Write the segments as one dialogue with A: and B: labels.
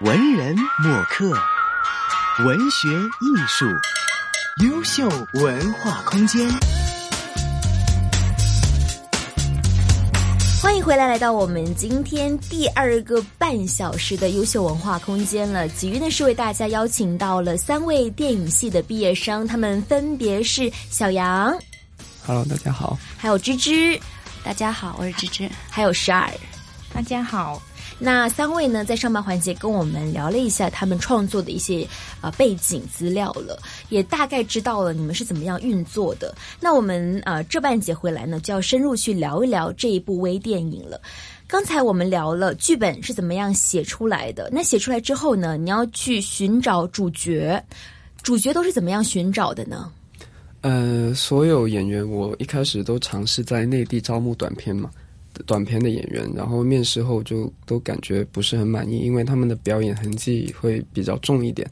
A: 文人墨客，文学艺术，优秀文化空间。
B: 欢迎回来，来到我们今天第二个半小时的优秀文化空间了。体育呢是为大家邀请到了三位电影系的毕业生，他们分别是小杨，
C: Hello，大家好。
B: 还有芝芝，
D: 大家好，我是芝芝。
B: 还有十二。
D: 大家好，
B: 那三位呢，在上半环节跟我们聊了一下他们创作的一些呃背景资料了，也大概知道了你们是怎么样运作的。那我们呃这半节回来呢，就要深入去聊一聊这一部微电影了。刚才我们聊了剧本是怎么样写出来的，那写出来之后呢，你要去寻找主角，主角都是怎么样寻找的呢？
C: 呃，所有演员我一开始都尝试在内地招募短片嘛，短片的演员，然后面试后就都感觉不是很满意，因为他们的表演痕迹会比较重一点。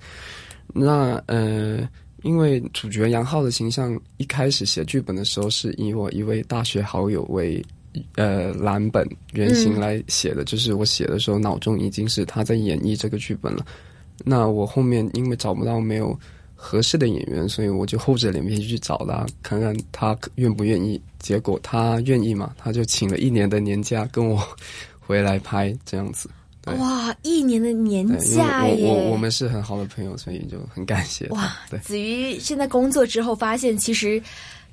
C: 那呃，因为主角杨浩的形象一开始写剧本的时候是以我一位大学好友为。呃，蓝本原型
B: 嗯
C: 来写的，就是我写的时候脑中已经是他在演绎这个剧本了。那我后面因为找不到没有合适的演员，所以我就厚着脸皮去找他，看看他愿不愿意。结果他愿意嘛，他就请了一年的年假跟我回来拍这样子。对
B: 哇，一年的年
C: 对，哎因
B: 假
C: 为
B: 耶！
C: 我我我们是很好的朋友，所以就很感谢他。
B: 哇
C: 对，
B: 子瑜现在工作之后发现，其实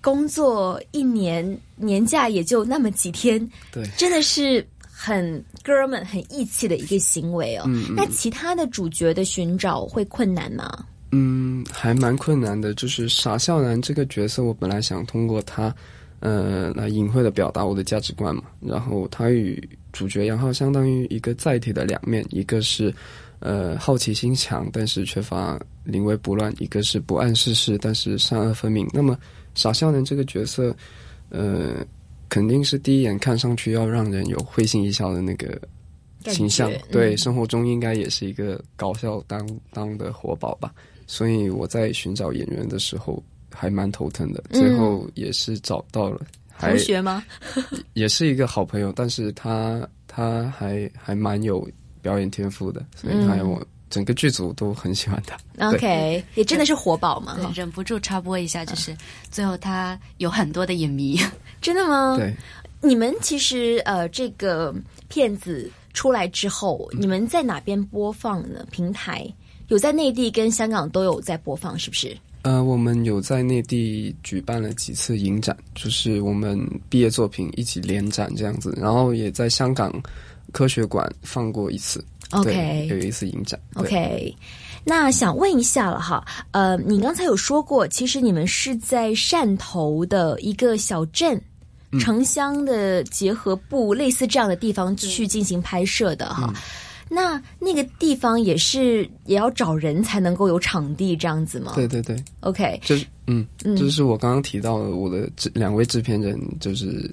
B: 工作一年年假也就那么几天，
C: 对。
B: 真的是很哥们、很义气的一个行为哦。
C: 嗯
B: 那其他的主角的寻找会困难吗？
C: 嗯，还蛮困难的。就是傻笑男这个角色，我本来想通过他，呃，来隐晦的表达我的价值观嘛。然后他与主角杨浩相当于一个载体的两面，一个是呃好奇心强，但是缺乏呃临危不乱；一个是不谙世事，但是善恶分明。那么傻笑男这个角色，呃，肯定是第一眼看上去要让人有会心一笑的那个
B: 感
C: 形象
B: 觉。
C: 对，
B: 嗯
C: 生活中应该也是一个搞笑担当的活宝吧。所以我在寻找演员的时候还蛮头疼的，
B: 嗯
C: 最后也是找到了，还
B: 同学吗？
C: 也是一个好朋友，但是他他还还蛮有表演天赋的，所以他
B: 嗯
C: 我整个剧组都很喜欢他。
B: OK，也真的是活宝嘛？
D: 对
B: 哈，
D: 忍不住插播一下，
B: 嗯
D: 就是最后他有很多的影 迷，
B: 真的吗？
C: 对，
B: 你们其实呃，这个片子出来之后，你们在哪边播放呢？平台有在内地跟香港都有在播放，是不是？
C: 呃，我们有在内地举办了几次影展，就是我们毕业作品一起联展这样子，然后也在香港科学馆放过一次。对
B: OK
C: 有一次影展。对
B: OK，那想问一下了哈，呃，你刚才有说过，其实你们是在汕头的一个小镇。
C: 嗯
B: 城乡的结合部，类似这样的地方去进行拍摄的
C: 嗯
B: 哈，那那个地方也是也要找人才能够有场地这样子吗？
C: 对对对，
B: ，OK，
C: 就是嗯，就是我刚刚提到的，我的制两位制片人就是。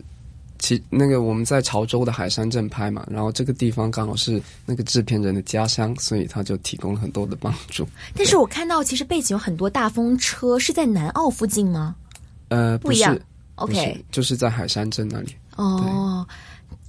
C: 其那个我们在潮州的海山镇拍嘛，然后这个地方刚好是那个制片人的家乡，所以他就提供了很多的帮助。
B: 但是我看到其实背景有很多大风车，是在南澳附近吗？
C: 呃，
B: 不一样
C: 是不是
B: OK
C: 就是在海山镇那里。
B: 哦，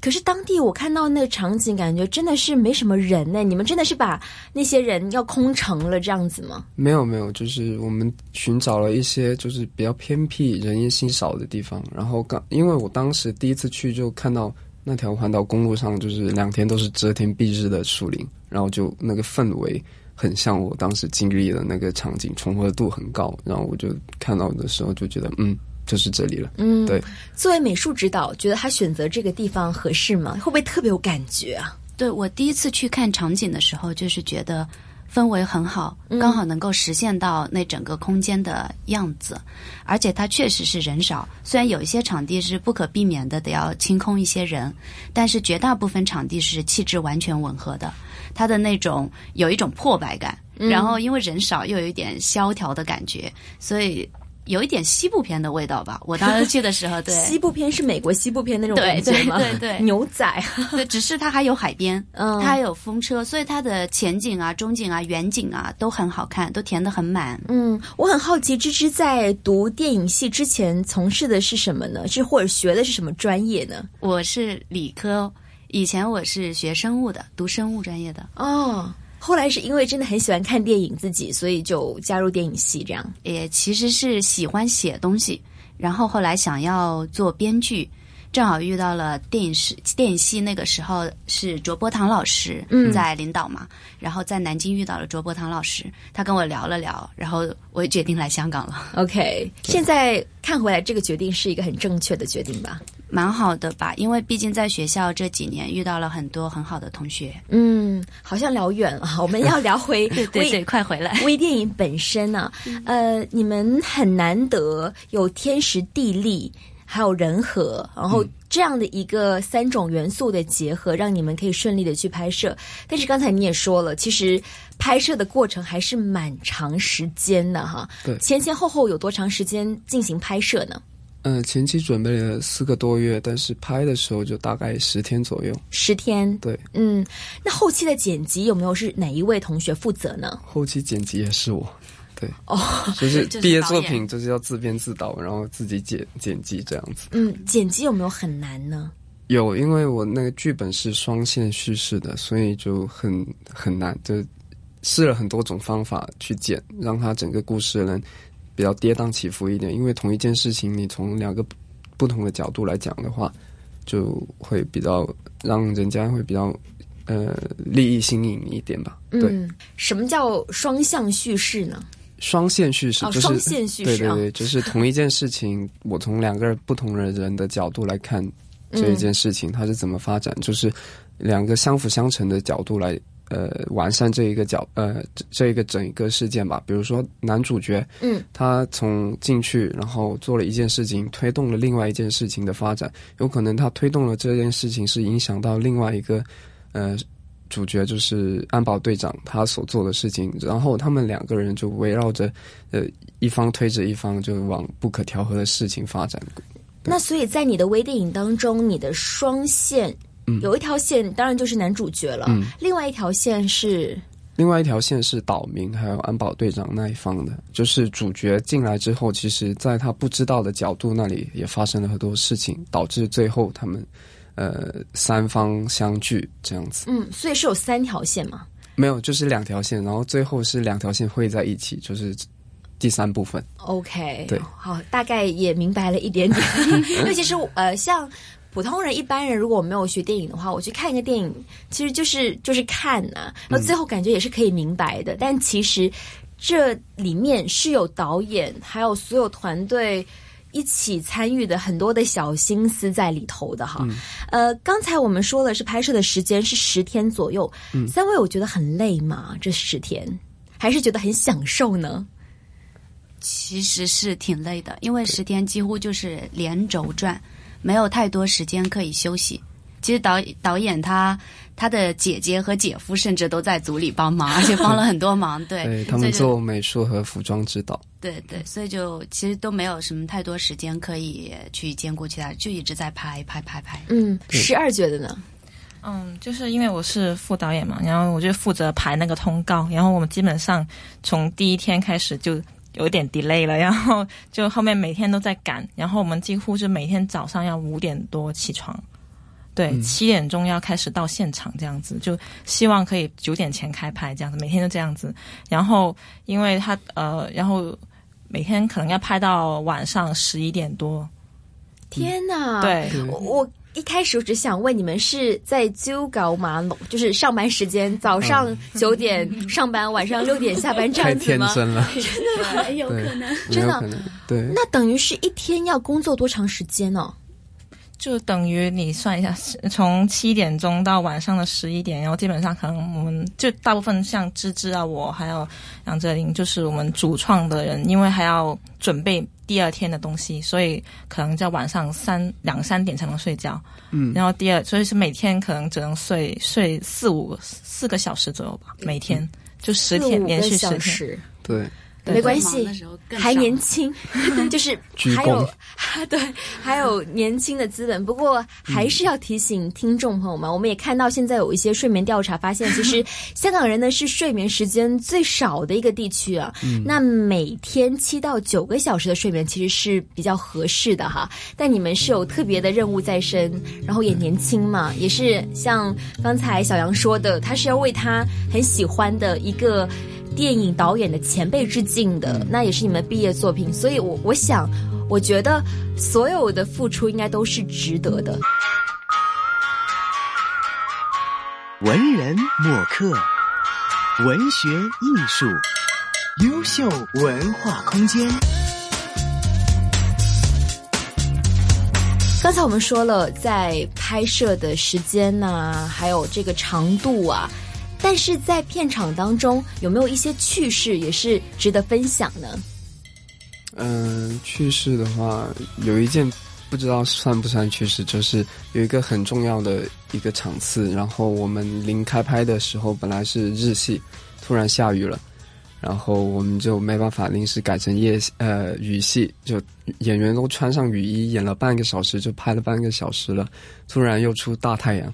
B: 可是当地我看到那个场景，感觉真的是没什么人呢。你们真的是把那些人要空城了这样子吗？
C: 没有没有，就是我们寻找了一些就是比较偏僻、人烟稀少的地方。然后刚因为我当时第一次去就看到那条环岛公路上就是两天都是遮天蔽日的树林，然后就那个氛围很像我当时经历的那个场景，重合度很高。然后我就看到的时候就觉得，嗯，就是这里了。
B: 嗯，
C: 对。
B: 作为美术指导，觉得他选择这个地方合适吗？会不会特别有感觉啊？
D: 对我第一次去看场景的时候，就是觉得氛围很好，
B: 嗯
D: 刚好能够实现到那整个空间的样子，而且它确实是人少，虽然有一些场地是不可避免的得要清空一些人，但是绝大部分场地是气质完全吻合的，它的那种有一种破败感，
B: 嗯
D: 然后因为人少又有一点萧条的感觉，所以。有一点西部片的味道吧，我当时去的时候，对，
B: 西部片是美国西部片那种感
D: 对
B: 觉吗？
D: 对对 对
B: 牛仔啊，
D: 对，只是它还有海边，
B: 嗯
D: 它还有风车，所以它的前景啊、中景啊、远景啊都很好看，都填得很满。
B: 嗯，我很好奇，芝芝在读电影系之前从事的是什么呢？是或者学的是什么专业呢？
D: 我是理科，以前我是学生物的，读生物专业的。
B: 哦，后来是因为真的很喜欢看电影，自己所以就加入电影系这样。
D: 也其实是喜欢写东西，然后后来想要做编剧，正好遇到了电影师电影系那个时候是卓博堂老师在领导嘛，然后在南京遇到了卓博堂老师，他跟我聊了聊，然后我也决定来香港了，
B: OK，现在看回来，这个决定是一个很正确的决定吧？
D: 蛮好的吧，因为毕竟在学校这几年遇到了很多很好的同学，
B: 嗯，好像聊远了， 我们要聊回微
D: 快回来。
B: 微电影本身呢、呃，你们很难得有天时地利。还有人和，然后这样的一个三种元素的结合，让你们可以顺利的去拍摄。但是刚才你也说了，其实拍摄的过程还是蛮长时间的哈。
C: 对
B: 前前后后有多长时间进行拍摄呢？
C: 嗯、前期准备了四个多月，但是拍的时候就大概十天左右。
B: 十天。
C: 对，
B: 嗯，那后期的剪辑有没有是哪一位同学负责呢？
C: 后期剪辑也是我。对，
B: 哦，
C: 就是
D: 就是
C: 毕业
D: 导
C: 作
D: 演
C: 品就是要自编自导，然后自己剪剪辑这样子。
B: 嗯，剪辑有没有很难呢？
C: 有，因为我那个剧本是双线叙事的，所以就很很难，就试了很多种方法去剪，让它整个故事能比较跌宕起伏一点。因为同一件事情，你从两个不不同的角度来讲的话，就会比较让人家会比较呃利益新颖一点吧。对，
B: 嗯，什么叫双向叙事呢？
C: 双线叙事
B: 哦
C: 就是、
B: 双线叙事
C: 对
B: 啊
C: 对对，就是同一件事情，我从两个不同的人的角度来看这一件事情，它是怎么发展，就是两个相辅相成的角度来呃完善这一个角呃这这一个整一个事件吧。比如说男主角，
B: 嗯，
C: 他从进去然后做了一件事情，推动了另外一件事情的发展，有可能他推动了这件事情是影响到另外一个呃主角就是安保队长他所做的事情，然后他们两个人就围绕着，呃，一方推着一方，就往不可调和的事情发展。
B: 那所以在你的微电影当中，你的双线。有一条线当然就是男主角了，另外一条线是
C: 另外一条线是岛民还有安保队长那一方的，就是主角进来之后，其实在他不知道的角度那里也发生了很多事情，导致最后他们，呃，三方相聚这样子。
B: 嗯，所以是有三条线嘛？
C: 没有，就是两条线，然后最后是两条线汇在一起，就是第三部分。
B: OK，
C: 对
B: 好，大概也明白了一点点。 因为其实我呃，像普通人、一般人，如果我没有学电影的话，我去看一个电影，其实就是就是看呐、然后最后感觉也是可以明白的。但其实这里面是有导演，还有所有团队。一起参与的很多的小心思在里头的哈，呃，刚才我们说了是拍摄的时间是十天左右，三位我觉得很累嘛，这十天还是觉得很享受呢？
D: 其实是挺累的，因为十天几乎就是连轴转，没有太多时间可以休息。其实导导演他他的姐姐和姐夫甚至都在组里帮 忙，而且帮了很多忙。对，
C: 对，他
D: 所以
C: 们
D: 就
C: 做美术和服装指导。
D: 对对，所以就其实都没有什么太多时间可以去兼顾其他，就一直在拍拍拍拍。
B: 嗯，十二觉得呢？
E: 嗯，就是因为我是副导演嘛，然后我就负责排那个通告，然后我们基本上从第一天开始就有点 delay 了，然后就后面每天都在赶，然后我们几乎是每天早上要五点多起床，对，七、点钟要开始到现场这样子，就希望可以九点前开拍这样子，每天都这样子。然后因为他呃，然后每天可能要拍到晚上十一点多，
B: 天哪！，
E: 对，
B: 我我一开始我只想问你们是在九搞马龙，就是上班时间，早
E: 嗯
B: 上九点上班，晚上六点下班这
C: 太
B: 样子
C: 天
B: 吗？
C: 真了，
D: 对，哎有
C: 对，没
B: 真
C: 有
B: 的
C: 可能，对。
B: 那等于是一天要工作多长时间哦？
E: 就等于你算一下，是从七点钟到晚上的十一点，然后基本上可能我们就大部分像芝芝啊，我还有杨哲林，就是我们主创的人，因为还要准备第二天的东西，所以可能在晚上三两三点才能睡觉。嗯，然后第二，所以是每天可能只能睡睡四五四个小时左右吧，每天就十
B: 四
E: 天
B: 五
E: 连
B: 个
E: 续十
B: 小
E: 天。
B: 时。
C: 对，
B: 没关
D: 忙
B: 系
D: 的时候，更
B: 还
D: 上
B: 年轻， 就是
C: 鞠
B: 还有
C: 躬
B: 对，还有年轻的资本。不过还是要提醒听众朋友们，我们也看到现在有一些睡眠调查发现，其 实香港人呢是睡眠时间最少的一个地区啊。
C: 嗯
B: 那每天七到九个小时的睡眠其实是比较合适的哈。但你们是有特别的任务在身，然后也年轻嘛，也是像刚才小杨说的，他是要为他很喜欢的一个。电影导演的前辈致敬的，那也是你们的毕业作品，所以我我想，我觉得所有的付出应该都是值得的。
A: 文人墨客，文学艺术，优秀文化空间。
B: 刚才我们说了，在拍摄的时间呐、还有这个长度啊，但是在片场当中有没有一些趣事也是值得分享呢？
C: 嗯、去世的话，有一件不知道算不算去世，就是有一个很重要的一个场次，然后我们临开拍的时候本来是日戏，突然下雨了，然后我们就没办法临时改成夜戏呃雨戏，就演员都穿上雨衣演了半个小时，就拍了半个小时了，突然又出大太阳，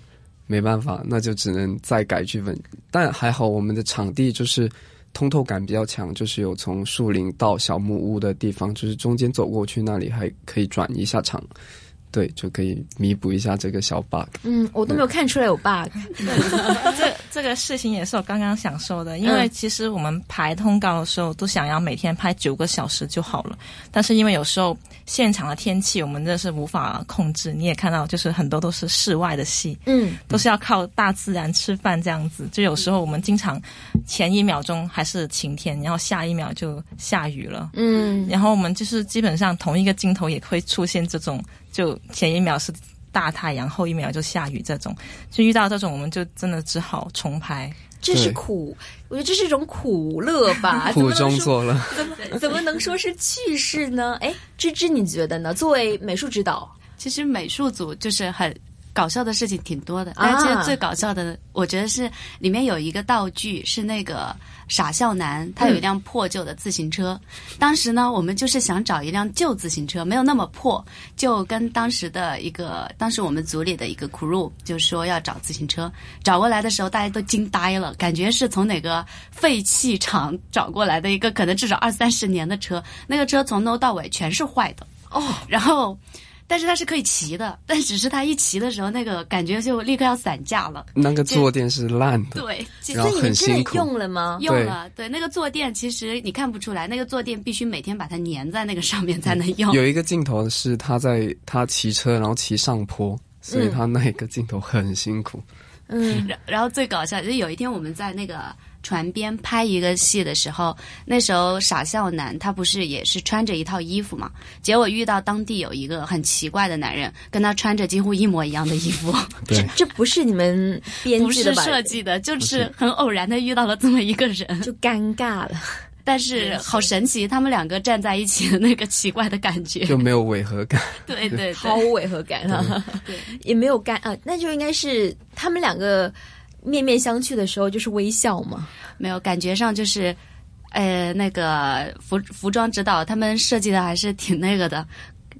C: 没办法，那就只能再改剧本。但还好我们的场地就是通透感比较强，就是有从树林到小木屋的地方，就是中间走过去那里还可以转一下场，对，就可以弥补一下这个小 bug。
B: 嗯，我都没有看出来有 bug。
E: 这这个事情也是我刚刚想说的，因为
B: 嗯
E: 其实我们排通告的时候都想要每天拍九个小时就好了，但是因为有时候现场的天气我们真的是无法控制，你也看到，就是很多都是室外的戏，
B: 嗯，
E: 都是要靠大自然吃饭这样子。就有时候我们经常前一秒钟还是晴天，然后下一秒就下雨了。
B: 嗯，
E: 然后我们就是基本上同一个镜头也会出现这种，就前一秒是大太阳，后一秒就下雨这种。就遇到这种，我们就真的只好重拍。
B: 这是
C: 对
B: 苦，我觉得这是一种苦乐 吧，
C: 苦中
B: 作。
C: 作乐，
B: 怎么怎么能说是趣事呢？哎，芝芝，你觉得呢？作为美术指导，
D: 其实美术组就是很搞笑的事情挺多的，但是其实最搞笑的，我觉得是里面有一个道具是那个傻笑男，他有一辆破旧的自行车。当时呢，我们就是想找一辆旧自行车，没有那么破，就跟当时的一个，当时我们组里的一个 crew 就说要找自行车，找过来的时候大家都惊呆了，感觉是从哪个废弃厂找过来的一个可能至少二三十年的车，那个车从头到尾全是坏的。然后，但是它是可以骑的，但只是它一骑的时候，那个感觉就立刻要散架了。
C: 那个坐垫是烂的，
D: 对，其实
C: 然
B: 所
C: 后
B: 以你
C: 很
B: 们真的
C: 辛苦
B: 用了吗？
D: 用了对那个坐垫，其实你看不出来，那个坐垫必须每天把它粘在那个上面才能用。
C: 有一个镜头是他在他骑车，然后骑上坡，所以他那一个镜头很辛苦。
B: 嗯，
D: 然然后最搞笑就是有一天我们在那个船边拍一个戏的时候，那时候傻笑男他不是也是穿着一套衣服嘛，结果遇到当地有一个很奇怪的男人，跟他穿着几乎一模一样的衣 服。
B: 这这不 是你们编
D: 不
B: 剧
D: 是
B: 的吧？
D: 设计的，就是很偶然的遇到了这么一个人，
B: 就尴尬了。
D: 但是好神奇，他们两个站在一起的那个奇怪的感觉，
C: 就没有违 和感，
D: 对对
B: 毫
D: 对，
B: 无违和感啊， 也没有尴啊，那就应该是他们两个面面相觑的时候就是微笑嘛。
D: 没有感觉上就是。呃，那个服服装指导他们设计的还是挺那个的，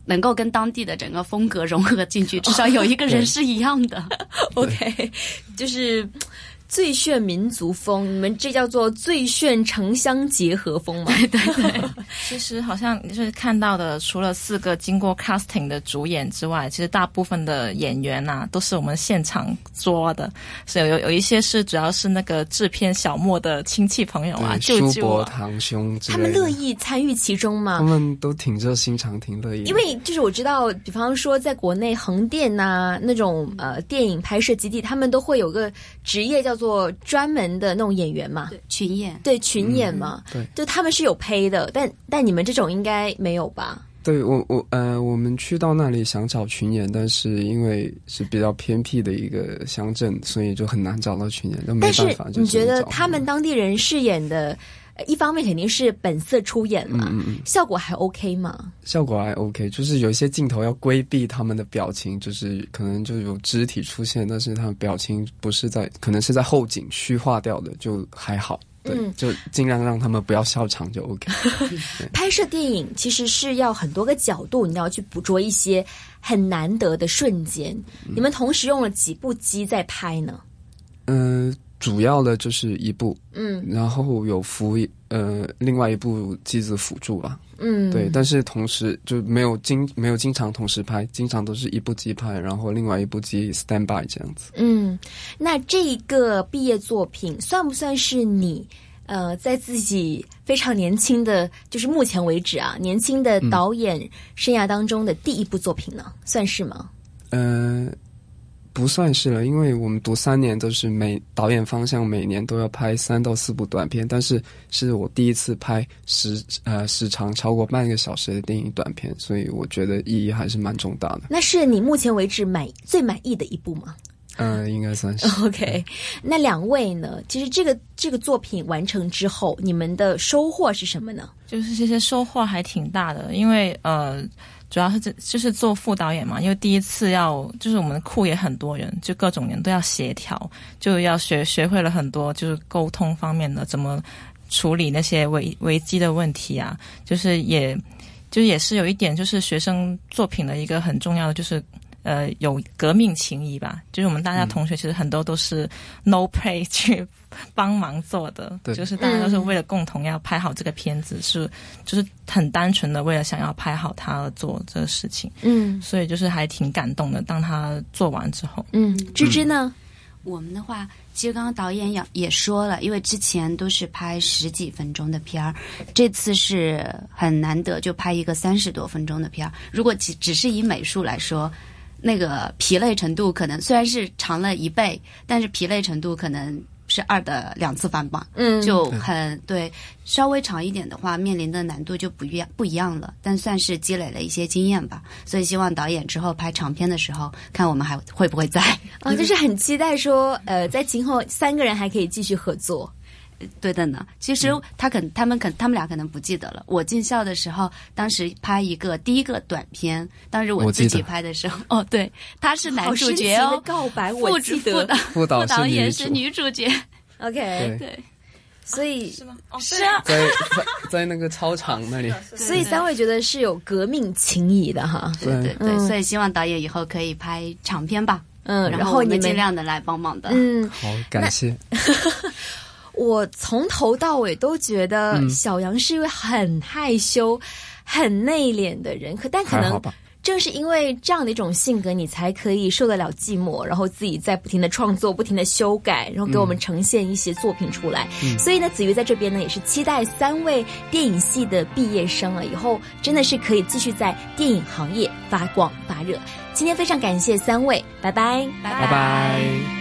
D: 能够跟当地的整个风格融合进去，至少有一个人是一样的。
B: OK，就是最炫民族风，你们这叫做最炫城乡结合风 嘛？
E: 其实好像就是看到的，除了四个经过 casting 的主演之外，其实大部分的演员呐、都是我们现场抓的，所以有有一些是主要是那个制片小莫的亲戚朋
B: 哦
E: 友啊、
C: 对，
E: 舅
C: 叔
E: 舅
C: 伯
E: 啊，
C: 堂兄之
B: 他
C: 类
B: 们
C: 的，嗯
B: 乐意参与其中吗
C: 他？们都挺热心肠，挺乐意的。
B: 因为就是我知道，比方说在国内横店呐、那种呃电影拍摄基地，他们都会有个职业叫做专门的那种演员嘛，
D: 群演
B: 对群演嘛，
C: 嗯
B: 就他们是有配的，但但你们这种应该没有吧？
C: 对我我呃，我们去到那里想找群演，但是因为是比较偏僻的一个乡镇，所以就很难找到群演，都没
B: 但是
C: 办法。就
B: 你
C: 只
B: 觉
C: 能
B: 得
C: 找
B: 他们当地人饰演的，呃一方面肯定是本色出演嘛，效果还 OK 吗？
C: 嗯效果还 OK，就是有一些镜头要规避他们的表情，就是可能就有肢体出现，但是他们表情不是在，可能是在后景虚化掉的，就还好。对，
B: 嗯
C: 就尽量让他们不要笑场就 OK。
B: 拍摄电影其实是要很多个角度，你要去捕捉一些很难得的瞬间。你们同时用了几部机在拍呢？
C: 嗯、主要的就是一部，
B: 嗯
C: 然后有辅以呃另外一部机子辅助吧，
B: 嗯，
C: 对，但是同时就没有经没有经常同时拍，经常都是一部机拍，然后另外一部机 stand by 这样子。
B: 嗯，那这个毕业作品算不算是你呃，在自己非常年轻的，就是目前为止啊，年轻的导演生涯当中的第一部作品呢？算是吗？
C: 呃，不算是了，因为我们读三年都是每导演方向每年都要拍三到四部短片，但是是我第一次拍时呃时长超过半个小时的电影短片，所以我觉得意义还是蛮重大的。
B: 那是你目前为止满最满意的一部吗
C: 嗯、应该算是。
B: ？OK，那两位呢？其实这个这个作品完成之后，你们的收获是什么呢？
E: 就是这些收获还挺大的，因为呃，主要是这就是做副导演嘛，因为第一次要就是我们库也很多人，就各种人都要协调，就要学学会了很多就是沟通方面的怎么处理那些危危机的问题啊，就是也就是也是有一点就是学生作品的一个很重要的就是。呃，有革命情谊吧，就是我们大家同学其实很多都是 no pay 去 帮忙做的，
C: 对
D: 嗯
E: 就是大家都是为了共同要拍好这个片子，是就是很单纯的为了想要拍好它而做这个事情，
B: 嗯
E: 所以就是还挺感动的。当他做完之后，
B: 嗯，芝芝呢？
D: 我们的话，其实刚刚导演也也说了，因为之前都是拍十几分钟的片儿，这次是很难得就拍一个三十多分钟的片儿。如果只只是以美术来说，那个疲累程度可能虽然是长了一倍，但是疲累程度可能是二的两次方吧。
B: 嗯
D: 就很对，稍微长一点的话，面临的难度就不一样不一样了，但算是积累了一些经验吧。所以希望导演之后拍长片的时候，看我们还会不会在。
B: 啊、就是很期待说，呃，在今后三个人还可以继续合作。
D: 对的呢。其实他可他们可他们俩可能不记得了。我进校的时候，当时拍一个第一个短片，当时我
C: 我
D: 自
C: 记
D: 己
C: 得
D: 拍的时候， 哦，对，他是男
B: 好
D: 主
B: 神奇
D: 角
B: 的
D: 哦，
B: 告白
D: 副
B: 我
D: 主
B: 记
D: 副
B: 得
D: 导。
C: 副导
D: 副导
C: 是
D: 演
C: 女
D: 是
C: 主，
D: 女主角，
B: OK，
C: 对，
B: 所以
E: 吗？哦，
D: 是啊，
C: 在在在那个操场那里，
B: 所以三位觉得是有革命情谊的哈，
D: 对对对，
B: 嗯
D: 所以希望导演以后可以拍长片吧，
B: 嗯，
D: 然
B: 然
D: 后
B: 后
D: 我
B: 你
D: 们
B: 们
D: 尽量的来帮忙的。
B: 嗯，
C: 好感谢。
B: 我从头到尾都觉得
C: 嗯
B: 小杨是一位很害羞、很内敛的人，可但可
C: 还好
B: 能
C: 吧
B: 正是因为这样的一种性格，你才可以受得了寂寞，然后自己在不停的创作、不停的修改，然后给我们呈现一些作品出来。
C: 嗯
B: 所以呢，子瑜在这边呢也是期待三位电影系的毕业生啊，以后真的是可以继续在电影行业发光发热。今天非常感谢三位，拜拜。
D: 拜
C: 拜拜。